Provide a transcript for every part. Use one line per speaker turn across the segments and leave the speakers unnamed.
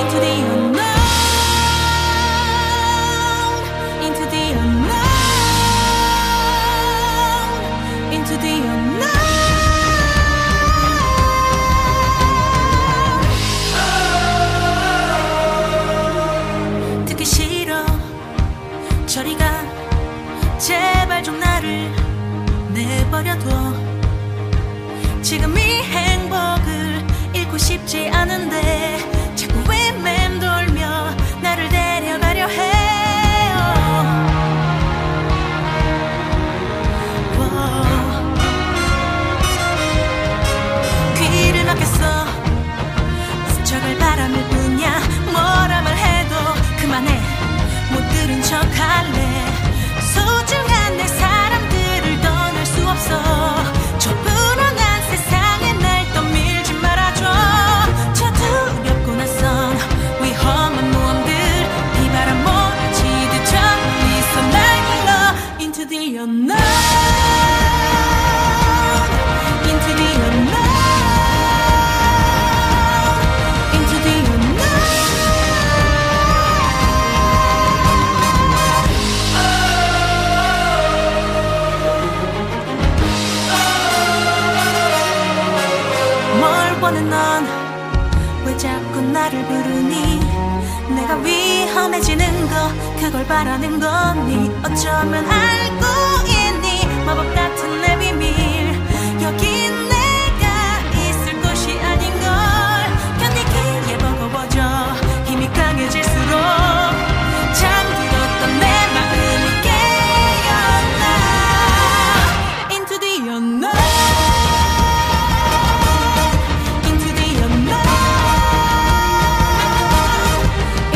into the unknown, into the unknown, into the unknown. 듣기 싫어, 저리 가. 제발 좀 나를 내버려둬. 지금 이 행복을 잃고 싶지 않은데 자꾸 왜 맴돌며 나를 데려가려 해요 워. 귀를 막혔어 스쳐갈 바람일 뿐이야 뭐라 말해도 그만해 못 들은 척 할래 소중한 내 사람들을 떠날 수 없어 저 불안한 세상에 날 떠밀지 말아줘 저 두렵고 낯선 위험한 모험들 비바람 몰아치듯 저리서 날 길러 Into the unknown Into the unknown into the unknown. Oh, 뭘 보는 넌 왜 자꾸 나를 부르니 내가 위험해지는 거 그걸 바라는 거니 어쩌면 알고 있니 마법 같은 내 비밀 여긴 내가 있을 곳이 아닌걸 견디기에 버거워져 힘이 강해질수록 잠들었던 내 마음이 깨어나 Into the unknown into the unknown,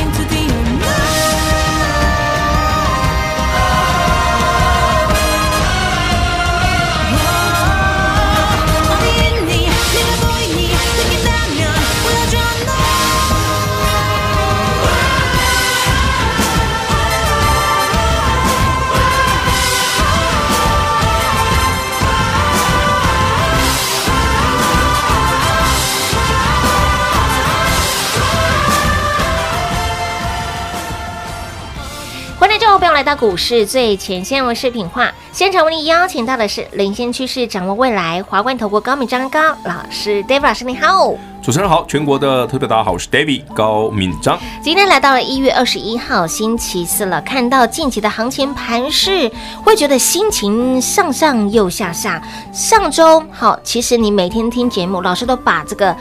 into the unknown. 어디 있니? 내가 보이니? 느낀다면 보여줘 너.
欢迎各位朋友来到股市最前线，我是品化。现场为您邀请到的是领先趋势、掌握未来华冠投顾高敏章高老师，David 老师，你好。
主持人好，全国的特别大家好，我是 David 高敏章。
今天来到了一月二十一号星期四了，看到近期的行情盘势，会觉得心情上上又下下。上周好，其实你每天听节目，老师都把这个。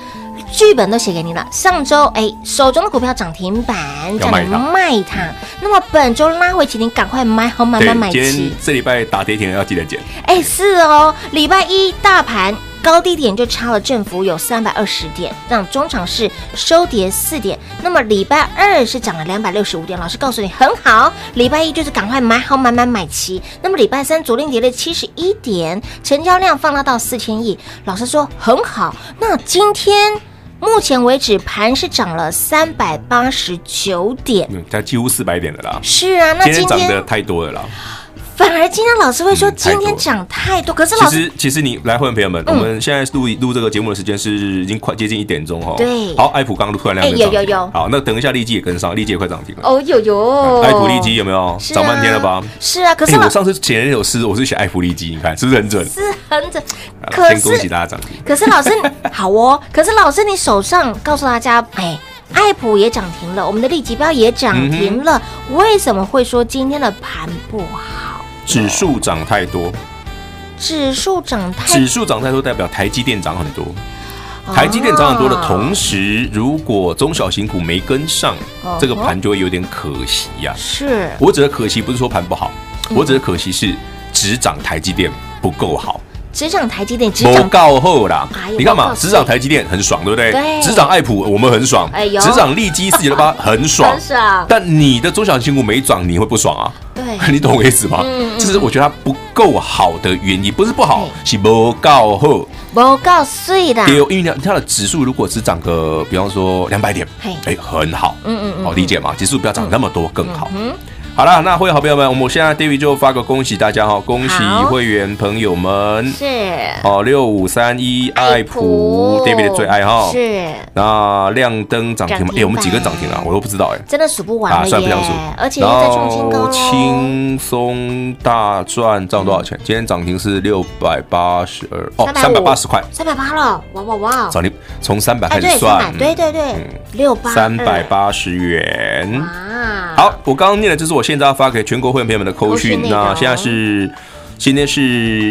剧本都写给你了。上周哎，手中的股票涨停板，
要卖它
卖它。那么本周拉回起，你赶快买好，买买买
今
齐
天。这礼拜打跌停要记得减，
哎，是哦，礼拜一大盘高低点就差了振幅有三百二十点，让中场是收跌四点。那么礼拜二是涨了两百六十五点，老师告诉你很好。礼拜一就是赶快买好买买买齐。那么礼拜三昨天跌了七十一点，成交量放大到四千亿，老师说很好。那今天目前为止盘是涨了三百八十九点。
嗯，它几乎四百点了啦。
是啊，那
今
今
天涨
天
得太多了啦。
反而今天老师会说
嗯太
今
多
天
了
涨太多，可是
其
老师嗯
实，其实你来，会员朋友们，我们现在录录这个节目的时间是已经快接近一点钟哈。
对
好，艾普刚刚突然两
哎
根
有
涨停
有有
好，那等一下利基也跟上，利基也快涨停了。
哦有有，
艾普利基有没有
是啊
涨半天了吧？
是啊，可是
哎，
老
我上次写那首诗，我是写艾普利基，你看是不是很准？
是很准，
好
可
了啊先恭喜
是
大家涨停。
可是 老师好哦，可是老师你手上告诉大家，哎。爱普也涨停了，我们的利吉标也涨停了，为什么会说今天的盘不好？
指数涨太多，
指数涨太
指数涨太多代表台积电涨很多。
哦
台积电涨很多的同时，如果中小型股没跟上
哦，
这个盘就会有点可惜呀、
是嗯
我指的可惜不是说盘不好，我指的可惜是只涨台积电不够好，
只涨台积电，只
某
涨
告后啦
哎呦，
你干
我
嘛
告？诉
只
你
涨台积电很爽，对不
对
对？只涨爱普我们很爽
哎呦，
只涨利基四九六八 很爽
很。爽，
但你的中小型股没涨，你会不爽啊？
对，
你懂我意思吗
嗯嗯？哎
这是我觉得它不够好的原因，不是不好，是不够好。
不够碎的，
对，因为它的指数如果只涨个，比方说两百点
嘿，
哎，很好，
嗯嗯嗯
好理解嘛？指数不要涨那么多更好。
嗯，
好啦，那会员好朋友们，我们现在 David 就发个恭喜大家哈，恭喜
好
会员朋友们
是
哦，六五三一爱普 David 的最爱哈。
是
那亮灯涨停
涨
吗？
停
哎，我们几根
板
涨停啊？我都不知道哎。
真的数不
啊，
完了
算不
耶
上数，，
而且
然
又
后
在创新高哦喽，
轻松大赚赚多少钱？今天涨停是六百八十二哦，三百八十块。
嗯三百八了，哇哇哇！
涨停从三百
哎，
开
对，三
始算
百，，对对对
嗯，
六八
三百八十元。
啊，
好，我刚刚念的就是我现在要发给全国会员朋友们的扣讯
扣讯。内容
那现在是。今天是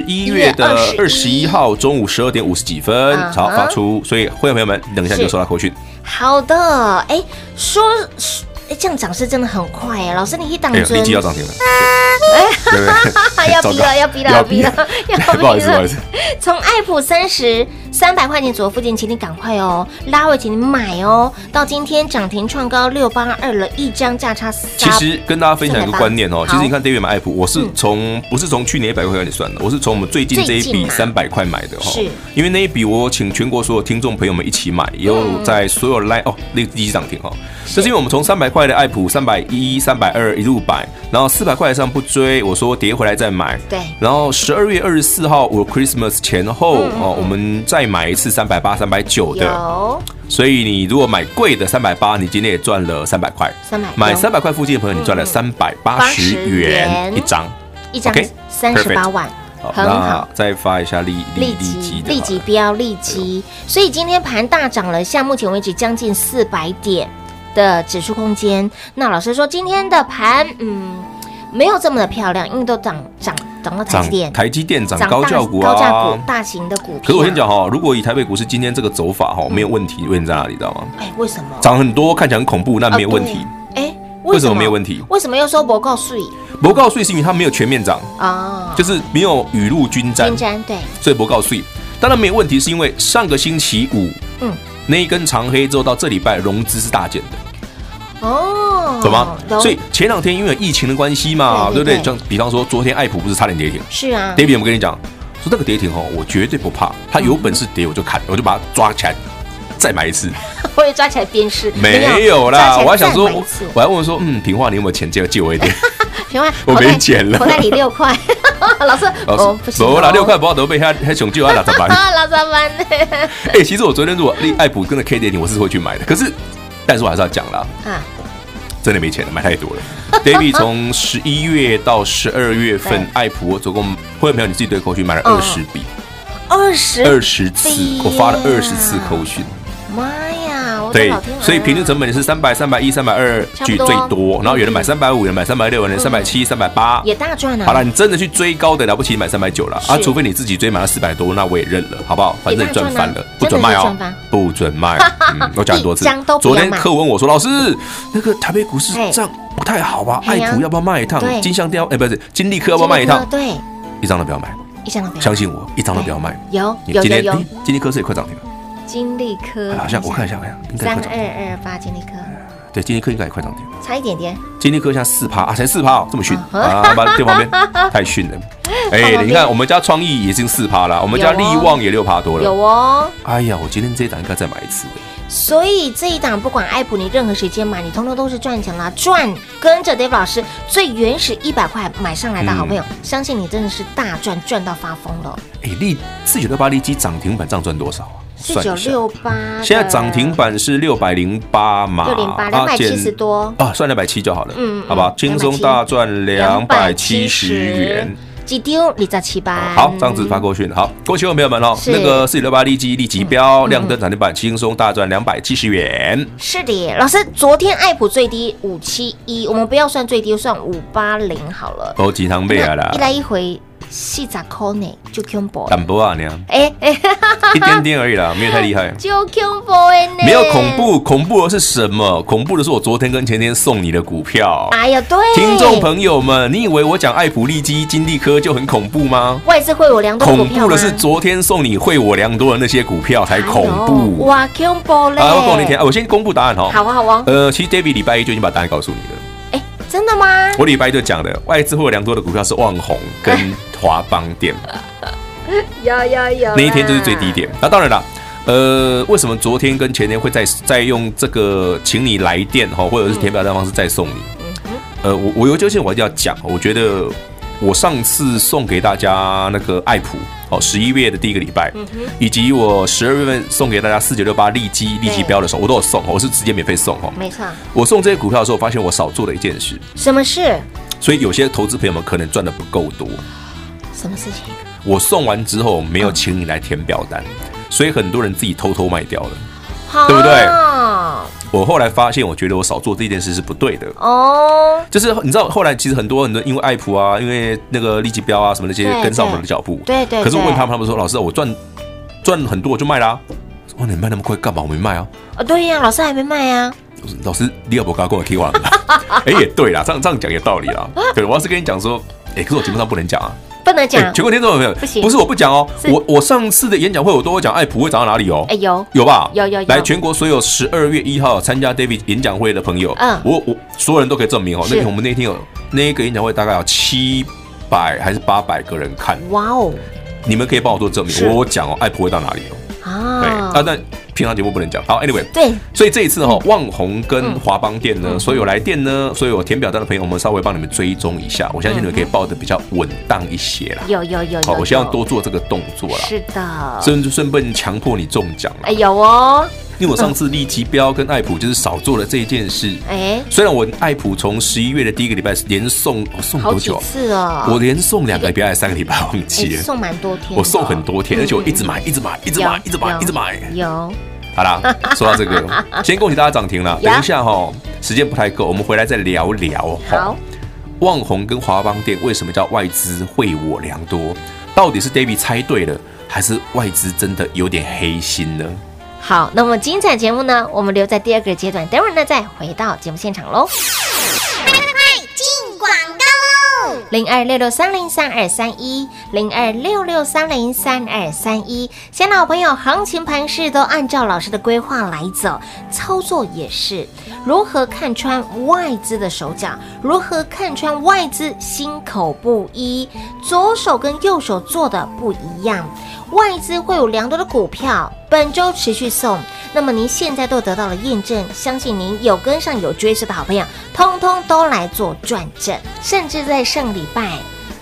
一月的
1
二
月
十一号中午十二点五十几分
嗯，
好
哼
发出，所以会员朋友们等一下
是
就收到扣讯。
好的，哎，说说哎，这样涨势真的很快哎，老师你一档
哎呀，
尊
立，即要涨停了，
嗯
对 不对？
哈啊要逼
糟糕
了，要逼了，要
要
逼
逼
了
了，
要逼了。
不好意思不好意思
从爱普三十三百块钱左右附近，请你赶快哦，拉回，请你买哦。到今天涨停创高六八二了，一张价差三。
其实跟大家分享一个观念哦，
好嗯
其实你看 David 买爱普，我是从不是从去年一百块开始算的，我是从我们最近这一
最近
笔
嘛
三百块买的哦
是，
因为那一笔我请全国所有听众朋友们一起买，
嗯
也有在所有 line 哦，那第一涨停哦，这是因为我们从三百块的爱普三百一、三百二一路摆，然后四百块以上不追，我说跌回来再买，
对
然后十二月二十四号我 Christmas 前后
嗯
哦，我们再买一次三百八、三百九的，
有
所以你如果买贵的三百八，你今天也赚了三百块。
300
买三百块附近的朋友，你赚了三百八十
嗯元
元一张。
一张
OK，
三十八
perfect
万，很
那
好。
再发一下利
利
利利基
基
的好了，
利基标利基，所以今天盘大涨了，像目前为止将近四百点的指数空间。那老师说今天的盘，嗯，没有这么的漂亮，因为都涨涨涨到台积电
涨，台积电涨
涨
高
大
价股
高价
啊
股、。大型的股票。
可是我先，讲哈，如果以台北股市今天这个走法
嗯
哈，没有问题，问题在哪里，知道吗？
哎，为什么？
涨很多看起来很恐怖，那没有问题。
啊。对哎，
为什么没有问题
为什么又说不够税
博告税是因为它没有全面涨，
啊？
就是没有雨露均沾
金，沾对，
所以博告税当然没有问题，是因为上个星期五
嗯，
那一根长黑之后到这礼拜融资是大减的。
哦，
懂吗？
懂
所以前两天因为有疫情的关系嘛，
对
对
对
不对
对？
像比方说，昨天爱普不是差点跌停
是啊，
？David，我们跟你讲，说那个跌停哦，我绝对不怕，它有本事跌我就砍，我就把它抓起来。再买 一次
我也抓起来鞭尸，
没
抓
有啦
起？来
我还想说
再买一次，
我还问说，嗯，平话你有没有钱借借 我一点？
平安，
我
口袋
没钱了
口袋里六块， 老师，
老
哦，不
师，
行，
我拿六，块不要得被他他熊就要拿怎么办？
啊，老三班，
哎，其实我昨天如果利爱普跟着 K 跌停，我是会去买的，可是但是我还是要讲啦，
啊，
真的没钱了，买太多了。David 从十一月到十二月份
对，
爱普我总共会员朋友你自己对口去买了
嗯
二十笔，
二十，
二十次
哎呀，
我发了二十次口讯，
妈呀，我的
对
老天，鹅啊
所以平均成本是三百、三百一、三百二，
差不
最
多
最多。然后有人买三百五，有人买三百六，有人三百七、三百八。
也大赚啊，
好了，，你真的去追高的了不起，你买三百九了
是
啊！除非你自己追买到四百多，那我也认了，好不好？反正你赚翻了，
也
不
大赚
准卖
啊
哦
真的是赚翻，
不准 卖。嗯我讲很多
一
次
张都，不要
昨
买
天课文我说老师，那个台北股市
嘿
这样不太好吧？
哎
爱
呀
普要不要卖一趟
对？
金象店要哎，不是金利科要不要卖一趟？
对，
一张都不要买，
一张都不要，
相信我，一张都不要卖。
有
你
嗯有
今
有
天
有
哎，金利科是也快涨停了。
金利科，
好像我看一下，我看一下，应该嗯
三哎二
快涨停。
二八金利科，
对，金立科应该也快涨停了。
差一点点，
金立科现在四趴啊，才四趴哦，这么逊
啊呵
啊！把电旁边 太逊了。哎，你看我们家创意已经四趴了，我们家
有哦
力旺也六趴多
有
了。
哦，
哎呀，我今天这一档应该再买一次的。
所以这一档不管爱普你任何时间买，你通通都是赚钱啦，赚跟着 Dave 老师最原始一百块买上来的好朋友，
嗯
相信你真的是大赚，赚到发疯了。哦
哎，力四九六八利基涨停板这样赚多少啊？
四
算
九
一下，
六八，
现在涨停板是六百零八嘛，
六零八
啊
两百七十
减
多，
啊，算两百七就好了，
嗯
嗯
嗯，
好吧，轻松大赚两百七
270
十元。
几丢你在七八，
好，这样子发过去。好，恭喜我朋友们哦，
是嗯
那个四九六八利基利基标亮灯涨停板，轻松大赚两百七十元。
是的，老师，昨天爱普最低五七一，我们不要算最低，算五八零好了。
哦，几堂背啊
那
啦
一！来一回四十块呢，就 combo，
淡薄啊，你 啊，
哎哎，。
一点点而已啦，没有太厉害
就 combo 呢，
没有恐，怖，恐怖的是什么？恐怖的是我昨天跟前天送你的股票。
哎呀，对，
听众朋友们，你以为我讲爱普利基、金利科就很恐怖吗？
外资会有良多股
恐
票
怖
吗
的是昨天送你会我良多的那些股票才恐
哎呦
怖。
哇，combo 嘞，
啊，我告你天，啊我先公布答案哦。
好啊好啊，
呃，其实 David 礼拜一就已经把答案告诉你了。
哎，真的吗？
我礼拜一就讲的，外资会有良多的股票是旺宏跟华邦店，
有有有啦，
那一天就是最低点。那当然啦，呃，为什么昨天跟前天会再再用这个请你来电哈，或者是填表单方式再送你？呃，我我有纠结，我一定要讲，我觉得我上次送给大家那个爱普哦，十一月的第一个礼拜，以及我十二月份送给大家四九六八利基利基标的时候，我都有送，哦我是直接免费送哦。
没错，
我送这些股票的时候，我发现我少做了一件事，
什么事？
所以有些投资朋友们可能赚的不够多。
什么事情？
我送完之后没有请你来填表单，所以很多人自己偷偷卖掉了。对不对
好
我后来发现，我觉得我少做这件事是不对的。
哦，
就是你知道，后来其实很多很多因为爱普啊，因为那个利基标啊什么那些
对
跟上我们的脚步。
对对对
可是我问他们，他们说：“老师啊，我赚赚很多，我就卖啦、我说：“你卖那么快干嘛？我没卖啊。
哦，对呀，老师还没卖啊，
我说”老师，你要不要跟我 K 完啦？ 哎、也对啦，这样这样讲有道理啦。对，我要是跟你讲说，哎、可是我节目上不能讲啊。
不能
哎
讲
全。国听众有没有？
不行
是我不讲哦，
是
我我上次的演讲会我都会讲爱普会涨到哪里哦。
哎，有
有吧？
有有有
来，全国所有十二月一号参加 David 演讲会的朋友，
嗯
我我所有人都可以证明哦。
是
那天我们那天有那个演讲会，大概有七百还是八百个人看，
哇哦
你们可以帮我做证明。
是
我我讲哦，爱普会到哪里哦？对
啊
啊，，但平常节目不能讲。好，Anyway，
对，
所以这一次哈、哦，
嗯
旺宏跟华邦店呢，所有来电呢，所有填表单的朋友，我们稍微帮你们追踪一下，我相信你们可以报的比较稳当一些啦。
有有有
好，
有，
我希望多做这个动作啦，
是的，
顺顺便强迫你中奖啦
哎。有哦，
因为我上次利基标跟爱普就是少做了这一件事。
哎，
虽然我爱普从十一月的第一个礼拜连送我送
好
多
几
久啊？
次哦，
我连送两个礼拜还是三个礼拜忘记
哎
了。
送蛮多天的哦，
我送很多天，而且我一直买，一直买，一直买，
有
一直买，
有
一直买。
有
好啦， 说到这 个，先恭喜大家涨停了。
呀
等一下哈，时间不太够，我们回来再聊聊哦。
好，
旺宏跟华邦店为什么叫外资惠我良多？到底是 David 猜对了，还是外资真的有点黑心呢？
好，那么精彩节目呢，我们留在第二个阶段，等会儿呢再回到节目现场喽。零二六六三零三二三一，零二六六三零三二三一。先老朋友，行情盘势都按照老师的规划来走，操作也是。如何看穿外资的手脚？如何看穿外资心口不一？左手跟右手做的不一样。外资会有良多的股票，本周持续送。那么您现在都得到了验证，相信您有跟上有追势的好朋友，通通都来做转正，甚至在上礼拜。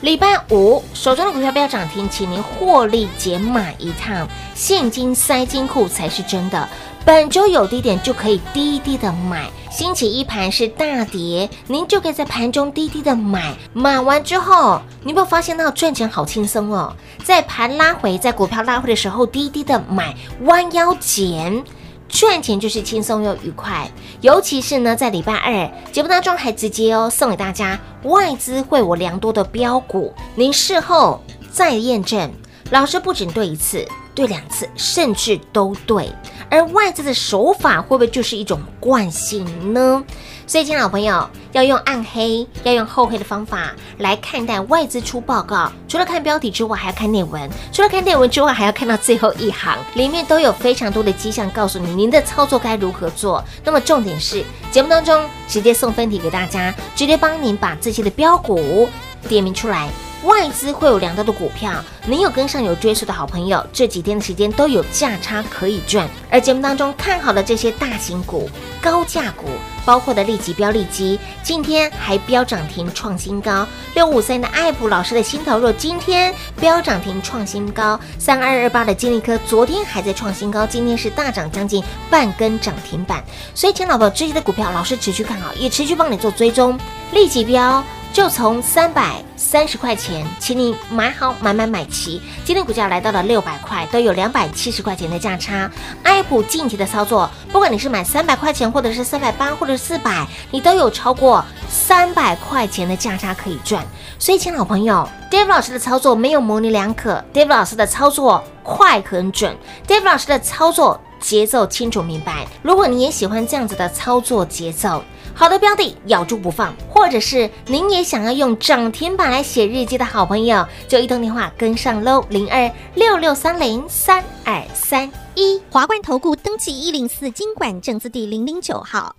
礼拜五，手中的股票不要涨停，请您获利解码一趟，现金塞金库才是真的。本周有低点就可以低低的买，星期一盘是大跌，您就可以在盘中低低的买，买完之后，你有没有发现到赚钱好轻松哦？在盘拉回，在股票拉回的时候低低的买，弯腰捡。赚钱就是轻松又愉快，尤其是呢，在礼拜二节目当中还直接哦送给大家外资会我良多的标股，您事后再验证，老师不仅对一次，对两次，甚至都对。而外资的手法会不会就是一种惯性呢？所以，亲爱的朋友，要用暗黑，要用厚黑的方法来看待外资出报告。除了看标题之外，还要看内文；除了看内文之外，还要看到最后一行，里面都有非常多的迹象告诉你您的操作该如何做。那么，重点是节目当中直接送分题给大家，直接帮您把这些的标股点名出来。外资会有良多的股票，您有跟上有追溯的好朋友，这几天的时间都有价差可以赚。而节目当中看好的这些大型股、高价股，包括的利基标利基，今天还飙涨停创新高。六五三的爱普老师的心头肉，今天飙涨停创新高。三二二八的金利科，昨天还在创新高，今天是大涨将近半根涨停板。所以，钱老朋友，这些的股票老师持续看好，也持续帮你做追踪。利基标。就从三百三十块钱，请你买好买买买齐。今天股价来到了六百块，都有两百七十块钱的价差。爱普近期的操作，不管你是买三百块钱，或者是三百八，或者是四百，你都有超过三百块钱的价差可以赚。所以，亲爱的朋友，Dave 老师的操作没有模棱两可，Dave 老师的操作快很准，Dave 老师的操作节奏清楚明白。如果你也喜欢这样子的操作节奏，好的标的咬住不放，或者是您也想要用涨停板来写日记的好朋友，就一通电话跟上喽，零二六六三零三二三一。
华冠投顾登记一零四经管证字第零零九号。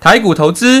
台股投资，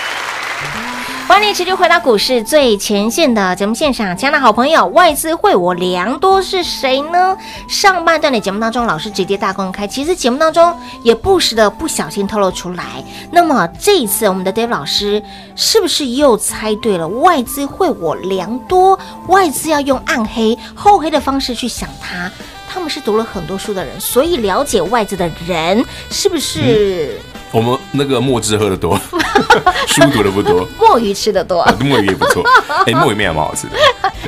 欢迎持续回到股市最前线的节目现场，亲爱的好朋友，外资会我良多是谁呢？上半段的节目当中，老师直接大公开，其实节目当中也不时的不小心透露出来。那么这一次，我们的 Dave 老师是不是又猜对了？外资会我良多，外资要用暗黑、厚黑的方式去想它。他们是读了很多书的人，所以了解外资的人是不是
我们那个墨汁喝的多， 书读的不多，
墨鱼吃的多？
啊墨鱼也不错。哎，墨鱼面还蛮好吃的，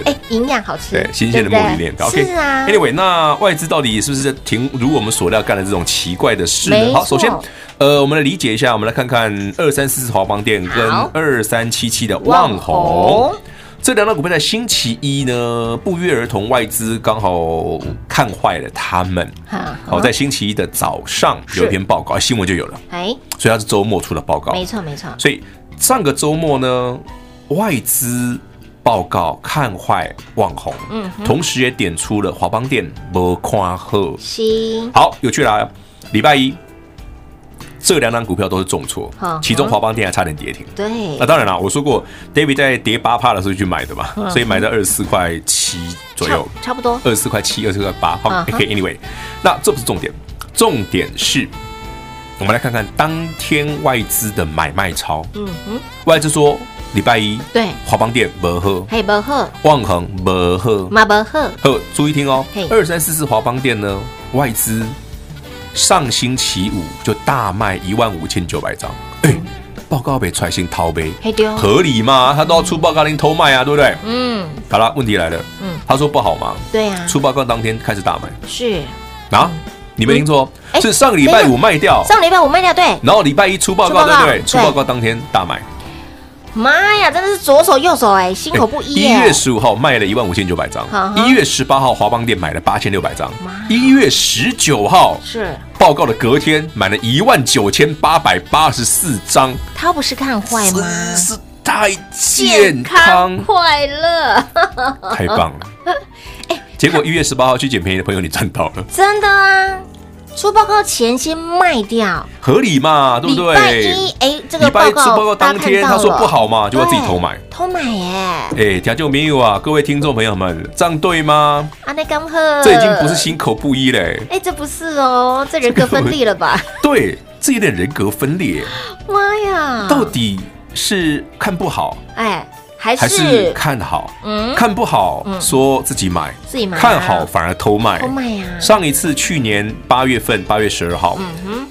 哎，营养好吃，
对，新鲜的墨鱼面。
对不对是啊
OK，Anyway，那外资到底是不是在停？如我们所料干的这种奇怪的事
没
呢？
错
好，首先，呃，我们来理解一下，我们来看看二三四四华邦店跟
好
二三七七的旺
旺
宏
宏。
这两档股票在星期一呢，不约而同，外资刚好看坏了他们。
哈
好，在星期一的早上有一篇报告，新闻就有了，
哎，
所以它是周末出的报告。
没错没错，
所以上个周末呢，外资报告看坏网红，嗯，同时也点出了华邦店没看好。
七
好，有趣啦！礼拜一这两档股票都是重挫
嗯，
其中华邦店还差点跌停。啊
对
那，当然啦，我说过，David 在跌八趴的时候去买的嘛，所以买在二十四块七左右，
嗯差差不多，
二十四块七、二十四块八。好
嗯哼
，OK，Anyway，那这不是重点，重点是，我们来看看当天外资的买卖超。
嗯哼，
外资说礼拜一
对
华邦店没喝，
嘿，不喝，
旺恒没喝。
马不喝，
呵，注意听哦
嘿，
二三四四华邦店呢，外资上星期五就大卖一万五千九百张，哎，报告被揣新掏呗，
嗯嘿丢，
合理吗？他都要出报告令偷卖啊，对不对？
嗯，
好了，问题来了，
嗯
他说不好吗？
对啊，
出报告当天开始大
是
卖
嗯
啊，你没听错
哎
哦，是上个礼拜
等一
五卖掉，
上礼拜我卖掉，对，
然后礼拜一出报告，
出
对
报告
不对？出
对
报告当天大卖，
妈呀，真的是左手右手哎，心口不一
一
耶
月，十五号卖了一万五千九百张
好，好
一月十八号华邦店买了八千六百张
妈呀，
一月十九号
是
报告的隔天买了一万九千八百八十四张，
他不是看坏吗？
真是太健康，
快乐， 哎
太棒了！结果一月十八号去捡便宜的朋友，你赚到了，
真的啊，出报告前先卖掉，
合理嘛，对不对？
礼拜一，哎，这个
礼拜
报
一出报
告
告当天，
大家看到
他
了
说不，好嘛，就要自己偷买
对。偷买耶，
哎，听就没有啊，各位听众朋友们，这样对吗？
阿内啊刚喝，
这已经不是心口不一嘞，
哎，这不是哦，这人格分裂了 吧？
对，这有点人格分裂，
妈呀！
到底是看不好
哎，还
还是
是
看好？
嗯，
看不好说自己买，
自己买啊啊
看好反而偷卖
偷。卖呀，
上一次去年八月份，八月十二
嗯
号，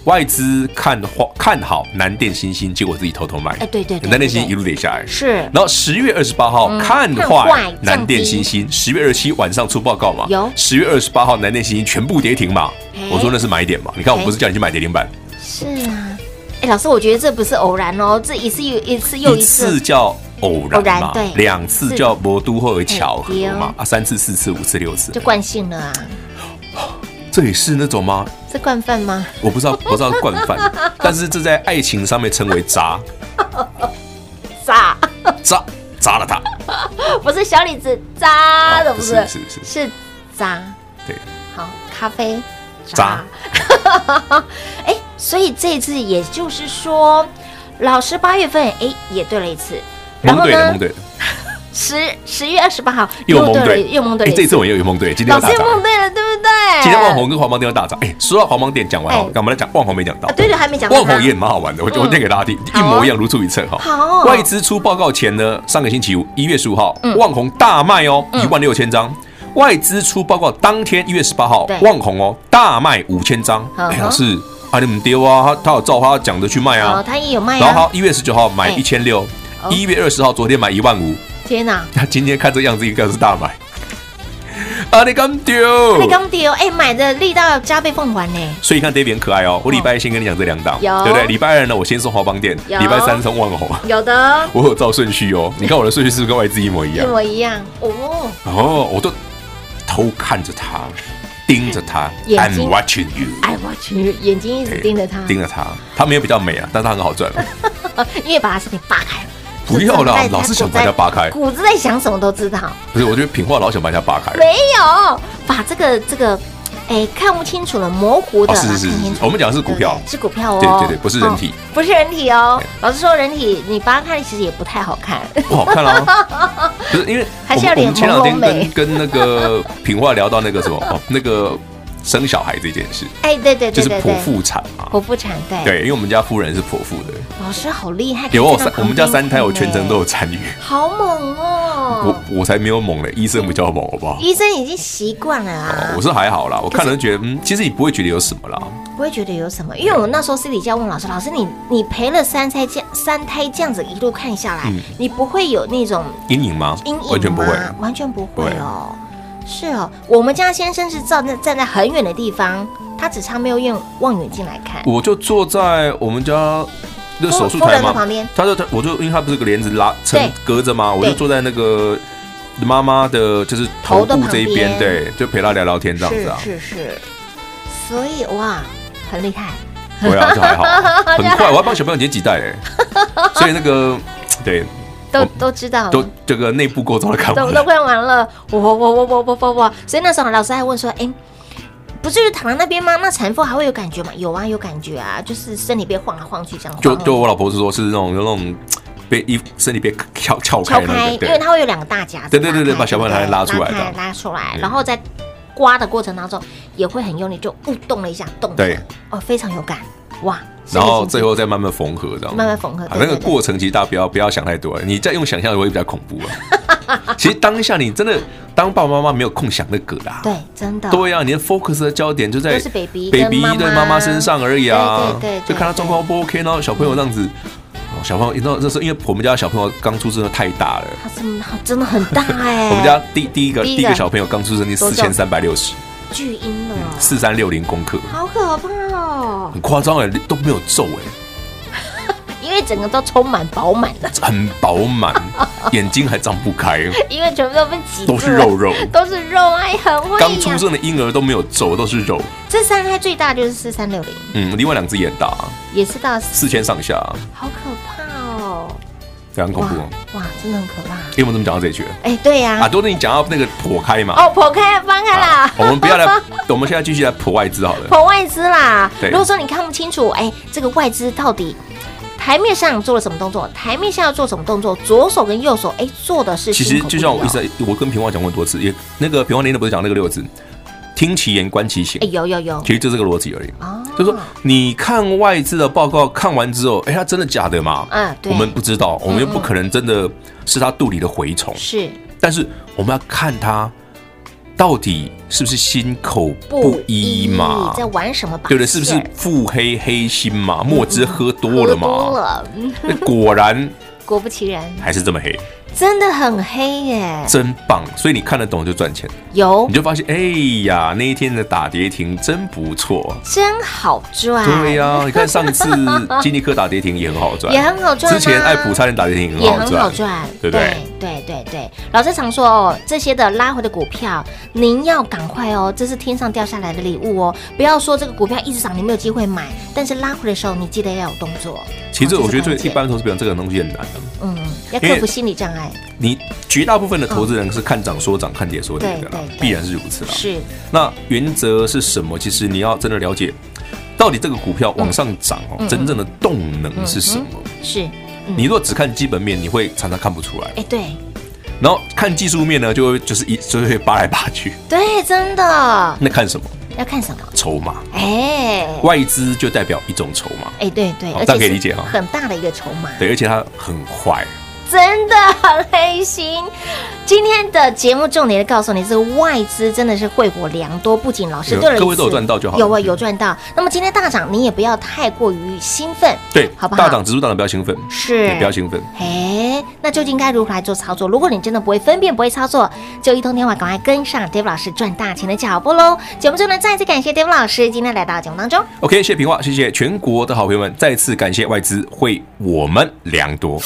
外资看花看好南电新星，结果自己偷偷卖
哎，，对对对，
南电
对
新
对
一路跌下来。
是
然后十月二十八号
嗯
看
看
坏
坏
南电
降
新
低
星，十月二十七晚上出报告嘛，
有
十月二十八号南电新星全部跌停嘛
哎，
我说那是买点嘛，你看我
哎
不是叫你去买跌停板，
是啊。哎，老师，我觉得这不是偶然哦，这一次又一次又
一
一
次
次，
叫偶然
偶然
嘛
对，
两次叫魔都或者巧合
哎对哦
嘛，啊三次四次五次六次
就，惯性了啊，
这也是那种吗？
是惯犯吗？
我不 知道，我知道是惯犯，但是这在爱情上面称为渣
渣，
渣渣了他，
不是小李子渣，
哦
怎么是？
是是是
是渣，
对，
好，咖啡
渣。
哎，所以这一次也就是说，老师八月份哎也对了一次，然
蒙
后
对了蒙
呢，
对了，
十十月二十八号
又蒙
对了
对，
又蒙对
哎
了
这
一次
次，我又有梦对，今天
老
要打
师又
杂。
蒙对了，对不对？
今天万红跟黄邦店都大涨。哎，说到黄邦店，讲完
哎
好，我们来讲万红没讲到
啊，。对嗯对，还没讲到
万
他
红也蛮好玩的，我我念给大家听，一模一样，如出一辙哈。
好
外资出报告前呢，上个星期五一月十五号
哦嗯，
万红大卖哦，一万六千张。外资出报告当天一月十八号
对，
万红哦大卖五千张。
嗯
哎呀，是啊，你们丢啊，他他有照他讲的去卖
哦，
啊。
他也有卖
然后
啊，
他一月十九号买
哎
一千六，
哦
一月二十号昨天买一万五，
天哪，
他今天看这样子应该是大买。 啊，你敢丢？
那刚丢哎，买的力道加倍奉还呢，
所以你看 David 很可爱哦。我礼拜一先跟你讲这两档，
有
对不对？礼拜二呢，我先送华邦店，
有
礼拜三送万红，
有的
我有照顺序哦。你看我的顺序是不是跟外资一模一
一
样？
模一样哦，
哦，我都偷看着他，盯着他
眼
，I'm
睛
watching you，
哎，我去，眼睛一直盯着他，
盯着他。他没有比较美啊，但是他很好赚。
嗯因为把他身体扒开了。
不要啦
这
老是想把它扒开
骨子在想什么都知道。
不是，我觉得品化老想把人家扒开。
没有把这个这个，哎、看不清楚了，模糊的，
哦是是
把它
是
看清楚
是我们讲的是股票
对不对是股票哦，
对对对不是人体
哦不是人体哦。老实说，人体你把它看，其实也不太好看。
不好看啦， 不是因为
还
我
是
们
要
我们
脸
前两天
朦胧美
跟跟那个品化聊到那个什么哦，那个生小孩这件事，
哎，对对对
就是
对
剖
对，
腹产嘛。
剖腹产，对。
对，因为我们家夫人是剖腹的，
老师好厉害，
有啊
可以站
我三
到
我们家三胎，我
旁边
全
看
程都有
耶，
参与。
好猛哦。
我我才没有猛嘞，医生比较猛，好不好？
医生已经习惯了
哦
啊，
我是还好啦，我看了就觉得，嗯，其实你不会觉得有什么啦。
不会觉得有什么，因为我那时候私底下问老师，老师你你陪了三胎这样三胎这样子一路看下来，
嗯
你不会有那种
阴影吗？
阴影吗
完全不会。
完全不
不
会
会
哦。是哦，我们家先生是站在站在很远的地方，他只差没有用望远镜来看。
我就坐在我们家那手术
夫
台
人的
嘛
旁，边，
他就他我就因为他不是有个帘子拉撑
对
隔着嘛，我就
对
坐在那个妈妈的，就是头
头的
部这一边，
旁边
对，就陪她聊聊天这样子啊。
是是是，所以哇，很厉害，
对啊，就还 好，很快，我要帮小朋友解几代哎，所以那个对，
都
我
都知道了，
都这个内部构造的看
都
完
都
了。
快完了，我我我我我我我，所以那时候老师还问说，哎、不就是躺在那边吗？那产妇还会有感觉吗？有啊，有感觉啊，就是身体被晃来晃去这样晃
就
来晃去
就我老婆是说，是那种有那种被衣服身体被撬撬
敲
开那
开，
个，
因为它会有两个大夹子拉开，
对对对对把小朋友
对不对
拉出来的
拉开拉出来，
嗯
然后在刮的过程当中也会很用力，就误动了一下，动了
对，
哦，非常有感，哇！
然后
这
最
个
后再慢慢缝合，这样
慢慢缝合
啊，
对
那个
对对
过程其实大家不要不要想太多了，你再用想象会比较恐怖 啊。其实当下你真的当爸爸妈妈没有空想那个啦。
对，真的
对啊，你的 focus 的焦点就在
都是 baby 跟
baby
妈妈
对妈妈身上而已啊。
对对对对嗯
就看他状况不 OK，然后小朋友这样子，哦小朋友，你知道这时候因为我们家小朋友刚出生的太大了，
它真的真的很 大哎，
我们家第第一个
第一
第
个
一个小朋友刚出生的
多
四
重
千三百六十
巨婴了，
四三六零公克，
好可怕哦，
很夸张哎，都没有皱哎，
因为整个都充满饱满了，
很饱满，眼睛还张不开，
因为全部都被挤住
都
了，
是肉肉。
都是肉啊，也很会
刚
养
出。生的婴儿都没有皱，都是肉。
这三胎最大就是四三六零，
嗯，另外两只眼大，
也是到
四千上下。
好可怕哦！
非常恐怖哦。
哇，真的很可怕。
因为我们怎么讲到这一句了
哎，对
啊？
呀，
都是你讲到那个破开嘛。
哦，剖开翻开啦
啊。我们不要来，我们现在继续来破外资好了。
跑外资啦。
对
如果说你看不清楚，哎，这个外资到底台面上做了什么动作，台面下要做什么动作，左手跟右手，哎，做的是
其
心
实
口
就
不
像我
一
一
样
直在，我跟平花讲过很多次，也那个平花林的不是讲那个六个字，听其言观其行
哎，，有有有
其实就这个逻辑而已。
哦，
就是说你看外资的报告看完之后，哎，它真的假的嘛？
嗯对嗯
我们不知道，我们又不可能真的是它肚里的蛔虫，
是
但是我们要看它到底是不是心口不一嘛
你？在玩什么把戏？
对不对？是不是腹黑黑心嘛？墨汁喝多
嗯喝
了
多
嘛？
了，嗯
那 果然
果不其然，
还是这么黑，
真的很黑耶。
真棒！所以你看得懂就赚钱。
有
你就发现，哎呀，那一天的打跌停真不错。
真好赚，
对呀、你看 上次金立科打跌停也很好赚，
也很好赚啊
之前爱普差点打跌停
也
也
很
很
好
好赚，
赚，
对不
对
对？
对对对老师常说哦，这些的拉回的股票，您要赶快哦，这是天上掉下来的礼物哦，不要说这个股票一直涨，你没有机会买，但是拉回的时候，你记得要有动作。
其实
哦
我觉得最
这是关键
一般投资表这个东西很难的、
嗯，要
因为
克服心理障碍，
你绝大部分的投资人是看涨说涨，看跌说跌的啦
嗯对对对，
必然是如此啦。
是
那原则是什么？其实你要真的了解，到底这个股票往上涨哦，真正的动能是什么？
是，嗯
你若只看基本面，你会常常看不出来。
哎，对
然后看技术面呢，就会就是一就会扒来扒去。
对，真的
那看什么？
要看什么？
筹码。
哎
外资就代表一种筹码，
哎，对对，
好
而
哦大家
且
可以
是
理解哦哈
很大的一个筹码。
对，而且它很坏。
真的很黑心。今天的节目重点的告诉你，这个外资真的是惠国良多，不仅老师
有
对了一次，
各位都有赚到就好了嗯
有啊，有赚到。那么今天大涨，你也不要太过于兴奋，
对，
好不好？
大涨指数大涨不要兴奋，
是
对，不要兴奋。
哎，那究竟该如何来做操作？如果你真的不会分辨、不会操作，就一通电话赶快跟上 Dave 老师赚大钱的脚步喽！节目中呢，再次感谢 Dave 老师今天来到节目当中。
OK，谢谢平话，谢谢全国的好朋友们，再次感谢外资为我们良多。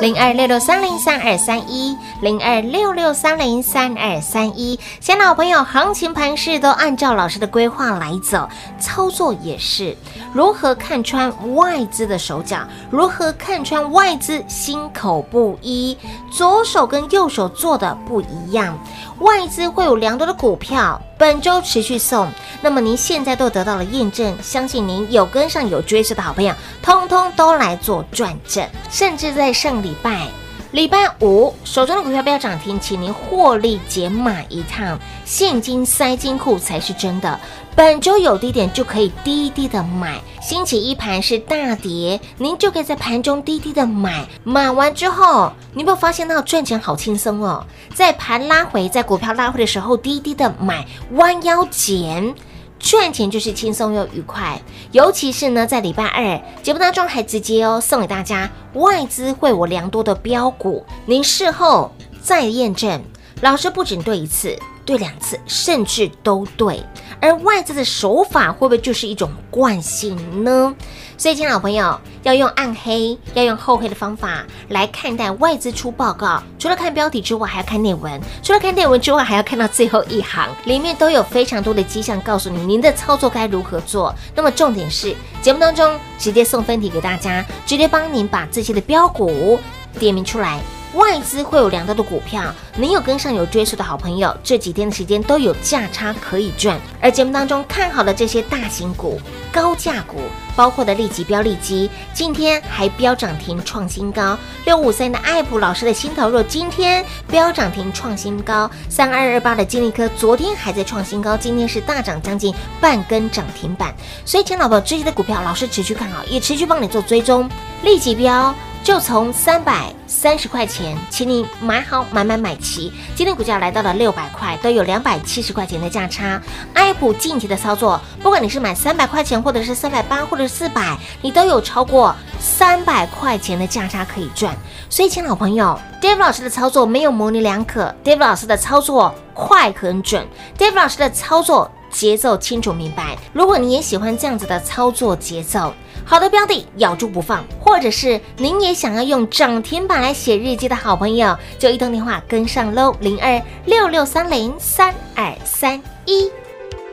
零二六六三零三二三一，零二六六三零三二三一。新老朋友，行情盘势都按照老师的规划来走，操作也是。如何看穿外资的手脚？如何看穿外资心口不一？左手跟右手做的不一样。外资会有良多的股票，本周持续送。那么您现在都得到了验证，相信您有跟上有追势的好朋友，通通都来做转正，甚至在上礼拜。礼拜五，手中的股票不要涨停，请您获利解码一趟，现金塞金库才是真的。本周有低点就可以低低的买，星期一盘是大跌，您就可以在盘中低低的买，买完之后，你有没有发现到赚钱好轻松哦？在盘拉回，在股票拉回的时候低低的买，弯腰捡。赚钱就是轻松又愉快，尤其是呢，在礼拜二节目当中还直接哦送给大家外资会我良多的标股，您事后再验证，老师不仅对一次，对两次，甚至都对。而外资的手法会不会就是一种惯性呢？所以，亲爱的老朋友，要用暗黑，要用厚黑的方法来看待外资出报告。除了看标题之外，还要看内文；除了看内文之外，还要看到最后一行，里面都有非常多的迹象告诉你您的操作该如何做。那么，重点是节目当中直接送分题给大家，直接帮您把这些的标股点名出来。外资会有良多的股票，您有跟上有追溯的好朋友，这几天的时间都有价差可以赚。而节目当中看好的这些大型股、高价股，包括的利基、标利基，今天还飙涨停创新高。六五三的爱普老师的心头肉，今天飙涨停创新高。三二二八的金利科，昨天还在创新高，今天是大涨将近半根涨停板。所以，钱老宝这些的股票，老师持续看好，也持续帮你做追踪。利基标就从三百三十块钱，请你买好买买买齐。今天股价来到了六百块，都有两百七十块钱的价差。爱普近期的操作，不管你是买三百块钱，或者是三百八，或者是四百，你都有超过三百块钱的价差可以赚。所以，亲老朋友，Dave 老师的操作没有模棱两可，Dave 老师的操作快很准，Dave 老师的操作节奏清楚明白。如果你也喜欢这样子的操作节奏，好的标的咬住不放，或者是您也想要用涨停板来写日记的好朋友，就一通电话跟上喽，零二六六三零三二三一。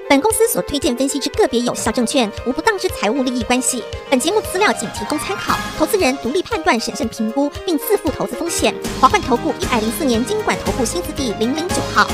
本
本公司所推荐分析之个别有效证券，无不当之财务利益关系。本节目资料仅提供参考，投资人独立判断、审慎评估，并自负投资风险。华冠投顾一百零四年经管投顾新字第零零九号。